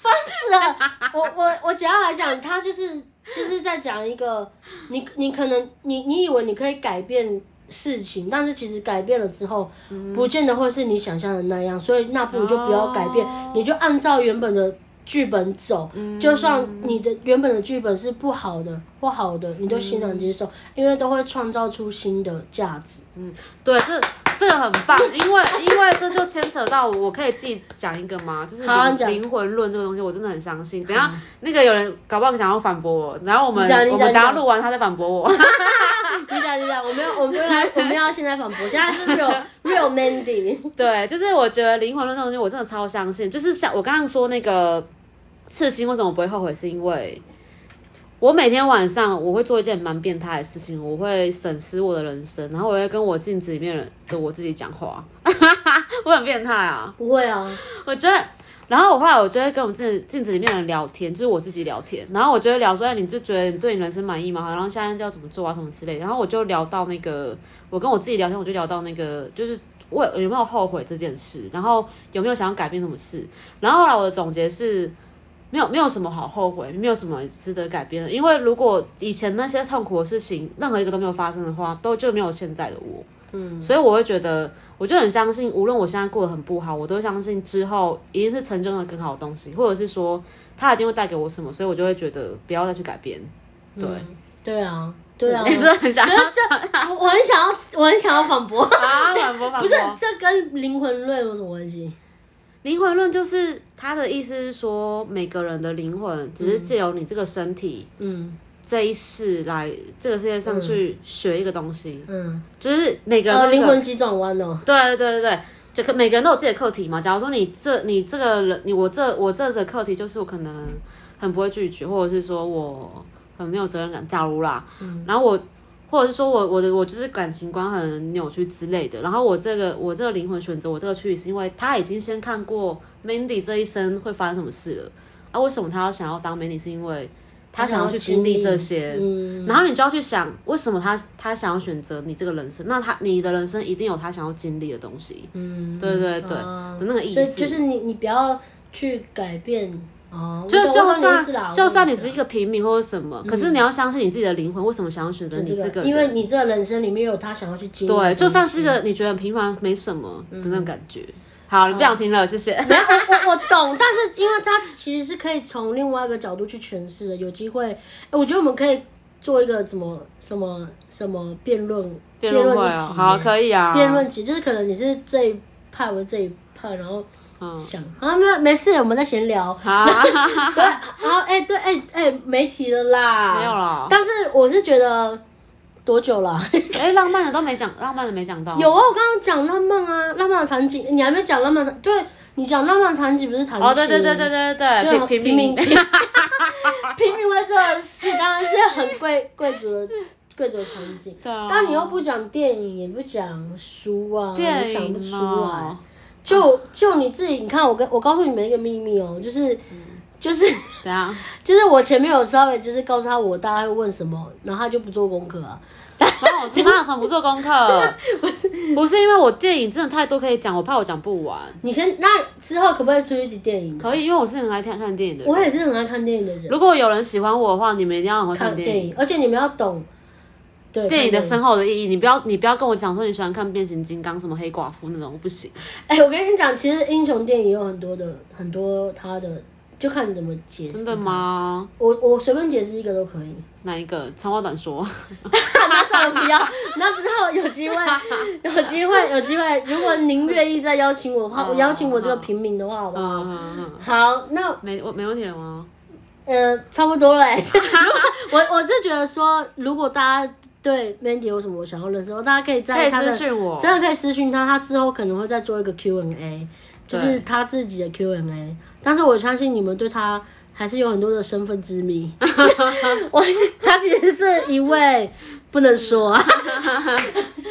B: 烦死了！我我我简单来讲，他就是就是在讲一个，你你可能你你以为你可以改变事情，但是其实改变了之后，不见得会是你想象的那样，所以那不如就不要改变，
A: 哦
B: 你就按照原本的。剧本走，就算你的原本的剧本是不好的或好的，你就欣然接受，因为都会创造出新的价值。
A: 对，这这个很棒，因为因为这就牵扯到我，我可以自己讲一个吗？就是
B: 好啊你
A: 灵
B: 讲
A: 灵魂论这个东西，我真的很相信。等一下那个有人搞不好想要反驳我，然后我们
B: 你讲你
A: 我
B: 讲
A: 们
B: 你
A: 等下
B: 讲
A: 录完他再反驳 我。
B: 你讲，你讲，我没有，我没有要，我没有要现在反驳，现在是 real real Mandy。
A: 对，就是我觉得灵魂论这种东西，我真的超相信。就是像我刚刚说那个刺青，为什么不会后悔？是因为我每天晚上我会做一件蛮变态的事情，我会审视我的人生，然后我会跟我镜子里面的我自己讲话， 我很变态啊！
B: 不会啊，
A: 我觉得。然后我后来我就会跟我自己镜子里面的人聊天，就是我自己聊天。然后我就会聊说，哎，你就觉得你对你人生满意吗？然后现在要怎么做啊，什么之类的。然后我就聊到那个，我跟我自己聊天，我就聊到那个，就是我有没有后悔这件事，然后有没有想要改变什么事。然后后来我的总结是，没有没有什么好后悔，没有什么值得改变的。因为如果以前那些痛苦的事情，任何一个都没有发生的话，都就没有现在的我。嗯，所以我会觉得，我就很相信，无论我现在过得很不好，我都相信之后一定是成就了更好的东西，或者是说它一定会带给我什么，所以我就会觉得不要再去改变。对，
B: 对啊，对啊。
A: 你真的很想
B: 嗯可
A: 要
B: 是这，我我很想要，我很想要反驳。
A: 啊，反驳反驳，
B: 不是， 这跟灵魂论有什么关系？
A: 灵魂论就是他的意思是说，每个人的灵魂只是借由你这个身体、
B: 嗯
A: 这一世来这个世界上去学一个东西，
B: 嗯，
A: 就是每个人都
B: 呃，
A: 有一
B: 灵
A: 个
B: 魂急转弯哦。
A: 对对对对，就可每个人都有自己的课题嘛。假如说你这你这个人，你我这我这的课题就是我可能很不会拒绝，或者是说我很没有责任感。假如啦，然后我或者是说我我的我就是感情观很扭曲之类的。然后我这个我这个灵魂选择我这个去，是因为他已经先看过 Mandy 这一生会发生什么事了。啊，为什么他要想要当 Mandy？是因为他想要去经历这些，
B: 嗯，
A: 然后你就要去想，为什么他他想要选择你这个人生？那他你的人生一定有他想要经历的东西，
B: 嗯，
A: 对对对
B: 啊
A: 的那个意
B: 所以
A: 思。
B: 就是你，你不要去改变哦。
A: 就
B: 我
A: 就
B: 懂我懂你的意
A: 算
B: 思啦
A: 就算你
B: 我懂
A: 是一
B: 的意思
A: 个
B: 啦
A: 平民或者什么，可是你要相信你自己的灵魂，为什么想要选择你
B: 这
A: 这个
B: 个，
A: 人？
B: 因为你嗯这个人生里面有他想要去经历的东
A: 对，
B: 西。
A: 就算是一个你觉得很平凡没什么
B: 嗯
A: 的那种感觉。好，你不想听了，谢谢。
B: 没有，我我我懂，但是因为它其实是可以从另外一个角度去诠释的。有机会，哎、我觉得我们可以做一个什么什么什么辩论
A: 辩
B: 论
A: 论会
B: 一
A: 哦，
B: 集
A: 好，可以啊。
B: 辩论集，就是可能你是这一派，我是这一派，然后
A: 嗯，
B: 想、啊，没有没事，我们在 闲聊。
A: 好，
B: 对，然后哎、对，哎、哎、没提了啦，
A: 没有啦
B: 但是我是觉得多久了？
A: 哎，浪漫的都没讲，浪漫的没讲到。
B: 有啊，我刚刚讲浪漫啊，浪漫的场景，你还没讲浪漫的，对你讲浪漫的场景不是弹琴？
A: 哦，对对对对对对
B: 就
A: 对，平
B: 平民
A: 民
B: 平平民会做的事，当然是很贵贵族的贵族的场景。
A: 对啊
B: 但你又不讲电影，也不讲书啊，
A: 电
B: 你想不
A: 影
B: 出
A: 哦
B: 来。。就就你自己，你看我跟我告诉你们一个秘密哦，就是
A: 嗯
B: 就是
A: 怎样？
B: 就是我前面有稍微就是告诉他我大概会问什么，然后他就不做功课啊。
A: 然后我是那为什么不做功 课？不是不是因为我电影真的太多可以讲，我怕我讲不完。
B: 你先那之后可不可以出一集电影？
A: 可以，因为我是很爱看看电影的人。
B: 我也是很爱看电影的人，
A: 如果有人喜欢我的话，你们一定要很会看
B: 看
A: 电
B: 电
A: 影。
B: 影，而且你们要懂对
A: 电影的
B: 看
A: 深厚的意义，你不要你不要跟我讲说你喜欢看变形金刚、什么黑寡妇那种，我不行。
B: 哎、我跟你讲，其实英雄电影也有很多的，很多它的，就看你怎么解释。
A: 真的？吗？
B: 我我随便解释一个都可 以。
A: 哪一个？长话短说。
B: 那算了，不要。那之后有 机会，有机会，有机会。如果您愿意再邀请我的话，
A: 哦
B: 我邀请我这个平民的话，好不好？
A: 嗯嗯嗯，
B: 好，那
A: 没我没问题了吗？
B: 呃，差不多了、欸。 如果我我是觉得说，如果大家对 Mandy 有什么想要认识的话，大家可以
A: 可
B: 在
A: 以
B: 他的
A: 私信我。
B: 真的可以私讯他，他之后可能会再做一个 Q&A，就是
A: 对
B: 他自己的 Q&A。但是我相信你们对他还是有很多的身份之谜。 我他其实是一位不能说、 啊，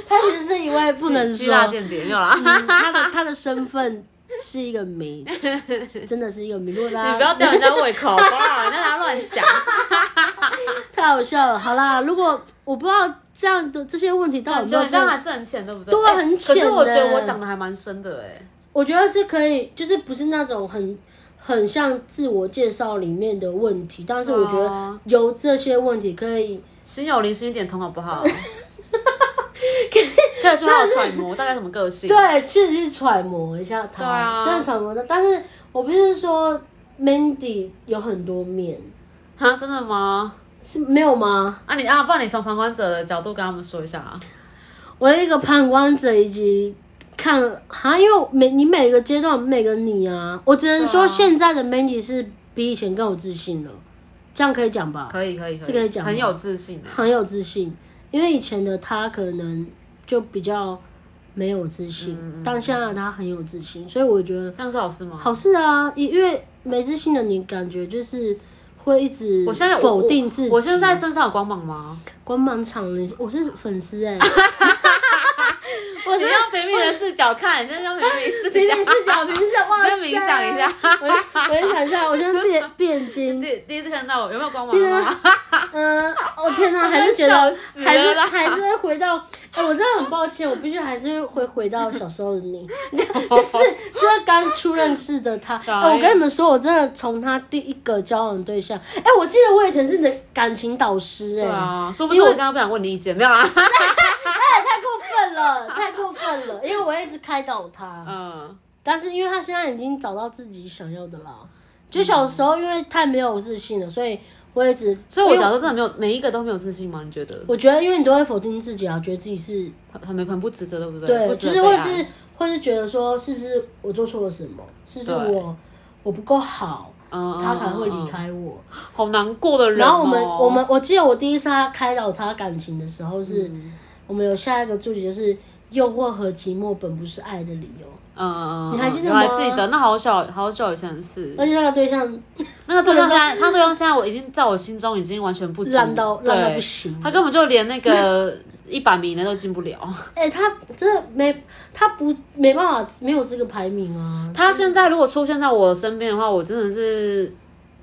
B: 他其实是一位不能
A: 希
B: 说，
A: 腊间谍没有啦。
B: 嗯他的他的身份是一个谜，真的是一个谜。如果大家
A: 你不要吊人家胃口，好不 好？人家乱想。
B: 太好笑了。好啦，如果我不知道这样的这些问题到底有没
A: 就
B: 有
A: 这样
B: 真的
A: 还是很浅，对不对？
B: 对啊
A: 哎
B: 很
A: 可
B: 浅
A: 是我觉得
B: 的
A: 我讲的还蛮深的哎。
B: 我觉得是可以，就是不是那种很很像自我介绍里面的问题，但是我觉得
A: 哦
B: 由这些问题可以
A: 心有灵犀一点通好不 好？可以去好好揣摩大概什么个性。
B: 对，去去揣摩一下他，
A: 对啊
B: 真的揣摩到。但是我必须说，Mandy 有很多面，
A: 哈，真的吗？
B: 是没有吗？
A: 啊你，啊，不然你从旁观者的角度跟他们说一下啊。
B: 我有一个旁观者以及看哈，因为每你每个阶段每个你啊，我只能
A: 对
B: 说
A: 啊
B: 现在的 Mandy 是比以前更有自信了，这样可以讲吧？
A: 可以，可以，可以，
B: 这个讲吗
A: 很有自信的、啊
B: 很有自信，因为以前的他可能就比较没有自信，
A: 嗯
B: 但现在的他很有自信，所以我觉得。
A: 这样是好事吗？
B: 好事啊，因为没自信的你，感觉就是会一直
A: 我现在
B: 否定自己。
A: 我，我现在身上有光芒吗？
B: 光芒场了，我是粉丝哎、
A: 我是用平民的视角看，现在用平民视
B: 平行
A: 角。
B: 视角，平行视角，哇塞！
A: 先冥想一下，
B: 我先我先想一下，我先变变精。
A: 第第一次看到我有没有光芒
B: 啊
A: 吗？
B: 嗯，我、哦、天哪，还是觉
A: 我
B: 得
A: 真笑死了
B: 还是
A: 啦
B: 还是会回到，哎、我真的很抱歉，我必须还是会回到小时候的 你，就就是就是刚初认识的他、哎我跟你们说，我真的从他第一个交往对象，哎、我记得我以前是你的感情导师、哎、
A: 对啊，殊不知我现在不想问你意见，没有 啦。
B: 哎，太过分了，太过分了，因为我一直开导 他，
A: 嗯，
B: 但是因为他现在已经找到自己想要的啦。就小时候因为太没有自信了，所以我一直，
A: 所以我
B: 因为
A: 小时候真的没有每一个都没有自信吗？你觉得
B: 我觉得因为你都会否定自己啊，觉得自己是
A: 很很很不值得，对不对？
B: 对，
A: 不
B: 就
A: 值
B: 是
A: 得
B: 会
A: 被
B: 是
A: 爱。嗯
B: 会是觉得说是不是我做错了什么，是不是
A: 对
B: 我我不够好，
A: 嗯
B: 他才会离，
A: 嗯嗯
B: 开我。
A: 嗯好难过的人哦。
B: 然后我们我们我记得我第一次他开导他感情的时候是，我们有下一个注解就是诱惑和寂寞本不是爱的理由，
A: 嗯，嗯嗯，
B: 你还记得
A: 我
B: 吗
A: 还记得，那好小好久以前的事。
B: 而且那个对象
A: 那个对象现在，他对象现在我已经在我心中已经完全不足
B: 烂啊到
A: 对
B: 烂到不行
A: 他根本就连那 个一百名的都进不了。
B: 哎、他真的没，他不没办法，没有这个排名啊。
A: 他现在如果出现在我身边的话，我真的是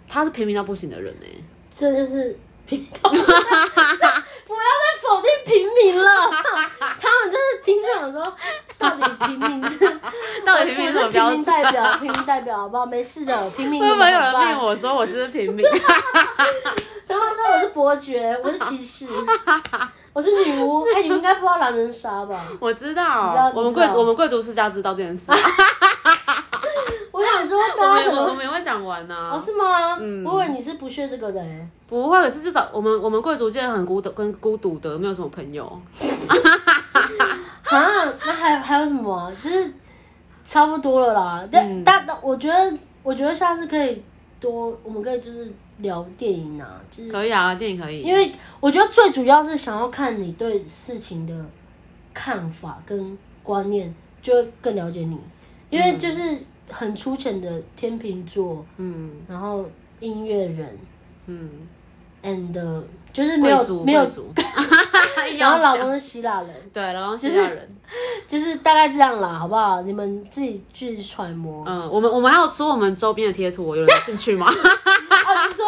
A: 他是平民到不行的人呢、欸
B: 这就是平 头，不要再否定平民了。他们就是听这种说，到底平民是
A: 到底平民是什么标
B: 我是平
A: 准？
B: 民代表，平民代表好不好？没事的，平民
A: 会不会有人
B: 怎么办
A: 命我说我是平民？
B: 然后他说我是伯爵，我是骑士，我是女巫。哎、你们应该不知道狼人杀吧？
A: 我知
B: 你知道
A: 道，我们
B: 你知
A: 贵
B: 道
A: 族我们贵族世家知道这件 事，
B: 我想说
A: 我
B: 大
A: 们也
B: 家可
A: 我嗯
B: 能
A: 们也会讲完呐、
B: 哦是吗？我以为你是不屑这个的、欸。
A: 不会，可是至少我们我们贵族界很孤独，跟孤独的，没有什么朋友。
B: 啊，那还还有什么、啊？就是差不多了啦。但、
A: 嗯
B: 但但我觉得，我觉得下次可以多，我们可以就是聊电影啊，就是
A: 可以啊，电影可以，
B: 因为我觉得最主要是想要看你对事情的看法跟观念，就会更了解你。因为就是很粗浅的天秤座，
A: 嗯
B: 然后音乐人
A: 嗯，
B: ，and 就是没
A: 贵
B: 有
A: 族
B: 没有
A: 贵，族，
B: 然
A: 要
B: 后老
A: 讲
B: 公是希腊人，
A: 对，然后其他人，
B: 就是大概这样啦，好不好？你们自己去揣摩。
A: 嗯，我们我们还有出我们周边的贴图，有人有兴趣吗？
B: 啊，你说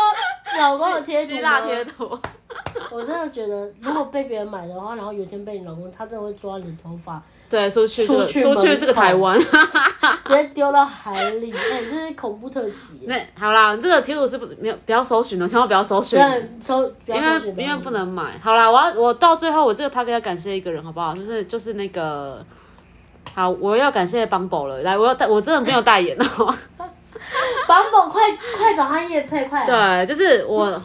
B: 老公的 贴图
A: 希腊
B: 吗
A: 贴图，
B: 我真的觉得，如果被别人买的话，然后有一天被你老公，他真的会抓你的头发，
A: 对，出去这个
B: 出去
A: 出去这个
B: 门口
A: 台湾，
B: 直接丢到海里。哎、这是恐怖特辑。
A: 那好啦，这个贴图是不没有不要搜寻的，千万不要搜寻
B: 虽。然收，不要
A: 因
B: 收
A: 为
B: 取
A: 因为
B: 不
A: 不
B: 要
A: 能买，好啦，我要我到最后我这个 p a c k 要感谢一个人好不好？就是就是那个，好，我要感谢 Bumble 了，来，我要代我真的没有代言哦，
B: ，Bumble 快快找他叶配，快！，
A: 对，就是我，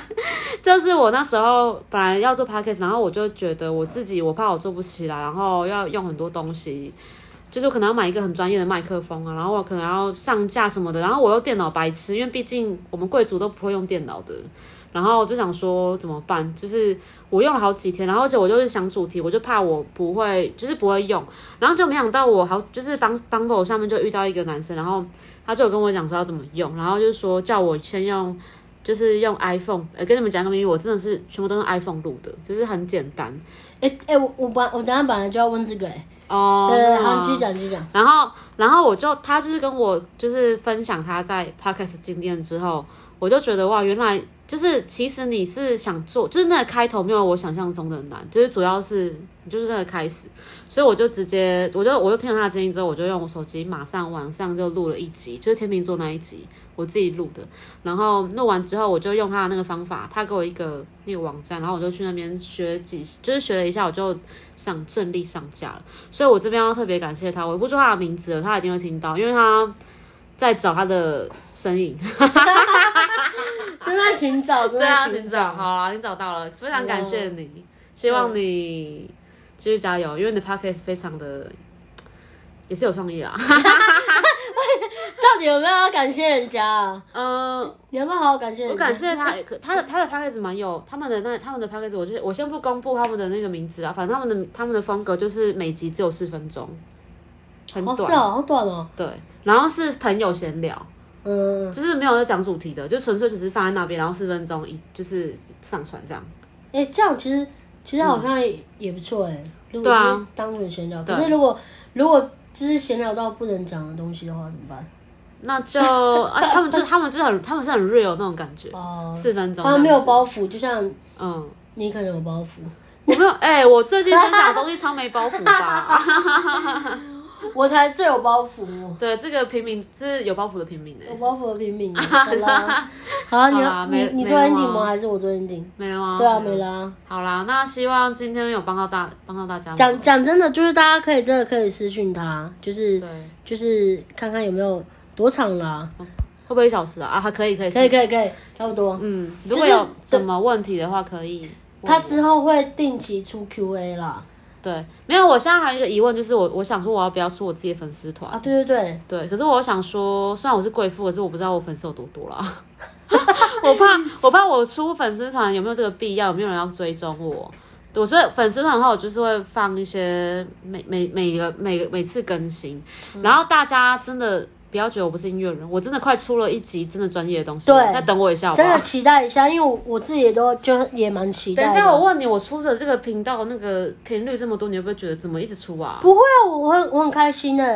A: 就是我那时候本来要做 p a c k a g e 然后我就觉得我自己我怕我做不起来，然后要用很多东西，就是我可能要买一个很专业的麦克风啊，然后我可能要上架什么的，然后我又电脑白痴，因为毕竟我们贵族都不会用电脑的。然后我就想说怎么办，就是我用了好几天，然后而且我就是想主题，我就怕我不会，就是不会用，然后就没想到我好就是帮帮狗上面就遇到一个男生，然后他就有跟我讲说要怎么用，然后就说叫我先用，就是用 iPhone，呃，跟你们讲个秘密，我真的是全部都用 iPhone 录的，就是很简单
B: 哎、哎、我我本来我等一下本来就要问这个、哎、
A: 哦。
B: 对对，
A: 是吗
B: 好，你继续讲，继 续讲。
A: 然后，然后我就他就是跟我就是分享他在 podcast 经验之后，我就觉得哇，原来就是其实你是想做，就是那个开头没有我想象中的难，就是主要是就是那个开始，所以我就直接我就我就听了他的建议之后，我就用我手机马上晚上就录了一集，就是天秤座那一集我自己录的，然后录完之后我就用他的那个方法，他给我一个那个网站，然后我就去那边学几，就是学了一下，我就上顺利上架了，所以我这边要特别感谢他，我不说他的名字了，他一定会听到，因为他在找他的身影。
B: 正在寻找，正
A: 对啊，
B: 在
A: 寻
B: 寻
A: 找，
B: 找。
A: 好啦，你找到了，非常感谢你，希望你继续加油，因为你的 podcast 非常的也是有创 意啊啦。
B: 到底有没有要感谢人家啊？
A: 嗯，
B: 你要不要好好感谢人
A: 我
B: 家？
A: 感谢他，可他的他的 podcast 蛮有他们的那他们的 podcast，我就是我先不公布他们的那个名字啊，反正他们的他们的风格就是每集只有四分钟，很
B: 哦，
A: 短，
B: 是哦，好短哦。
A: 对，然后是朋友闲聊，
B: 嗯，
A: 就是没有在讲主题的，就纯粹只是放在那边，然后四分钟一就是上传这样。
B: 哎、这样其实其实好像也也不错哎、如果
A: 嗯对啊
B: 就是当你们闲聊，
A: 对
B: 可是如果如果就是闲聊到不能讲的东西的话，怎么办？
A: 那就啊，他们就他们就是很他们是很 real 那种感觉，
B: 哦、
A: 四分钟
B: 他们没有包袱，就像
A: 嗯，
B: 你可能有包袱，
A: 我没有哎、我最近分享的东西超没包袱 吧？
B: 我才最有包袱。
A: 对，这个平民是有包袱的平民哎、
B: 有包袱的平民，好 啦，好啦，你
A: 好啦
B: 要你
A: 没
B: 你
A: 没
B: 做
A: 了
B: ending
A: 吗
B: 吗？还是我做 ending？
A: 没了吗？
B: 对啊，没。啦。
A: 好啦，那希望今天有帮到大帮到大家吗。
B: 讲讲真的，就是大家可以真的可以私讯他，就是
A: 对，哦会
B: 就是看看有没有多长啦，
A: 不会一小时啊？啊，还可以可以
B: 可以
A: 以。
B: 可以可以，差不多。
A: 嗯，如果有什么问题的话，可以。
B: 他之后会定期出 Q&A 啦。
A: 对，没有，我现在还有一个疑问，就是我我想说我要不要做我自己的粉丝团？
B: 啊，对对对，
A: 对，可是我想说，虽然我是贵妇，可是我不知道我粉丝有多多啦。 我怕，我怕我出粉丝团有没有这个必要，有没有人要追踪我？对我所以粉丝团的话，我就是会放一些每每每个每个每次更新，
B: 嗯
A: 然后大家真的不要觉得我不是音乐人，我真的快出了一集真的专业的东西了，
B: 对
A: 再等我一下好不
B: 真的
A: 好？
B: 期待一下，因为我我自己也都就也蛮期待
A: 等
B: 的。
A: 一下，我问你，我出的这个频道那个频率这么多，你会不会觉得怎么一直出啊？
B: 不会啊，我我很我很开心哎、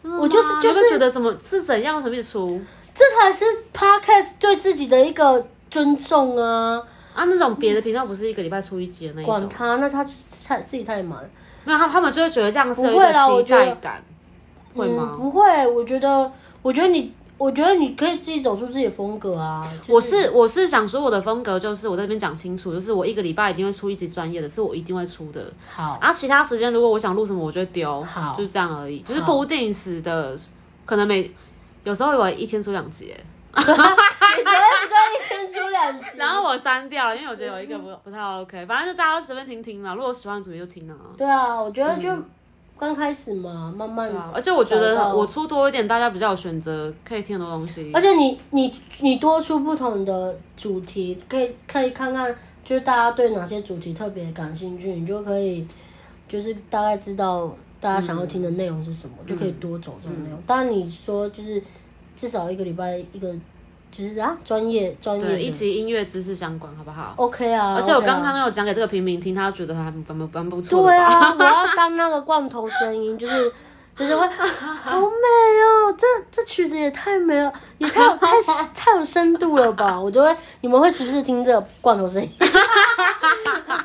A: 真的吗
B: 我就是
A: 你会不
B: 就
A: 会
B: 是
A: 觉得怎么是怎样，为什么一直出
B: 这才是 podcast 对自己的一个尊重啊！
A: 啊？那种别的频道不是一个礼拜出一集的那一种
B: 管？他，那他太自己太忙。
A: 没有，他他们就会觉得这样是有一
B: 不会啦
A: 个
B: 我
A: 期
B: 觉得
A: 待感，会
B: 嗯，
A: 吗？
B: 不会，我觉得，我觉得你，我觉得你可以自己走出自己的风格啊。就
A: 我是我是想说我的风格就是我在这边讲清楚，就是我一个礼拜一定会出一集专业的，是我一定会出的。
B: 好，
A: 然后其他时间如果我想录什么，我就会丢，
B: 好
A: 就是这样而已，就是不定时的，可能每有时候我一天出两集耶，
B: 你昨天只对一天出两 集，
A: 然后我删掉了，因为我觉得有一个不不太 OK，反正就大家随便听听啦。如果喜欢的主题就听啊。
B: 对啊，我觉得就
A: 嗯
B: 刚开始嘛，慢慢
A: 对。啊，而且我觉
B: 找
A: 得
B: 到
A: 我出多一点，大家比较有选择，可以听很多东西
B: 而。且你你你多出不同的主题，可以可以看看，就是大家对哪些主题特别感兴趣，你就可以就是大概知道大家想要听的内容是什么，就可以多走这种
A: 嗯
B: 内容。当然你说就是至少一个礼拜一个，就是啊专业专业
A: 对，
B: 的
A: 一集音乐知识相关，好不好？
B: OK 啊，
A: 而且我
B: OK 啊
A: 刚刚有讲给这个平民听，他觉得还蛮蛮蛮不错的
B: 对
A: 吧？
B: 啊，我要当那个罐头声音，就是就是会好美哦，这这曲子也太美了，也太有太太有深度了吧？ 我就会你们会时不时听这个罐头声音，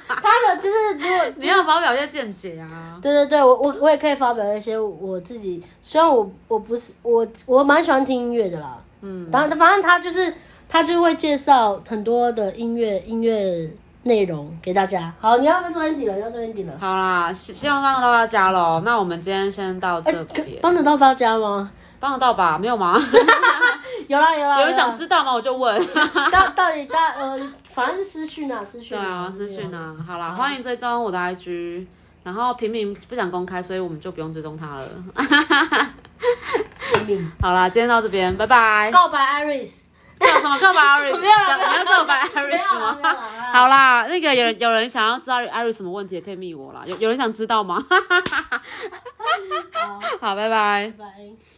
B: 他的就是如果。
A: 你要发表一些见解啊。
B: 对对对，我我我也可以发表一些我自己，虽然我我不是我我蛮喜欢听音乐的啦，嗯，当然反正他就是他就会介绍很多的音乐音乐内容给大家。好，你要不要做 ending 了？你要做 ending 了？
A: 好啦，希希望帮得到大家喽。那我们今天先到这
B: 哎可啊
A: 边，
B: 帮得到大家吗？
A: 帮得到吧？没有 吗？
B: 有啦有啦，
A: 有人想
B: 啦
A: 知道吗？我就 问。
B: 到到底大呃，反正是私讯啊，私讯
A: 对啊，
B: 私
A: 私讯。啊。好啦，欢迎追踪我的 IG。然后平民不想公开，所以我们就不用追踪他了。
B: 对啊
A: 好啦，今天到这边，拜拜。
B: 告白 Iris，
A: 没有什么 告白 Iris，
B: 没有啦
A: 你要告白 Iris
B: 啦没有
A: 吗？
B: 啦
A: 好啦，那个有人有人想要知道 Iris 什么问题，也可以
B: 哦
A: 密我啦。有有人想知道吗？
B: 好，
A: 好，拜拜。
B: 拜拜。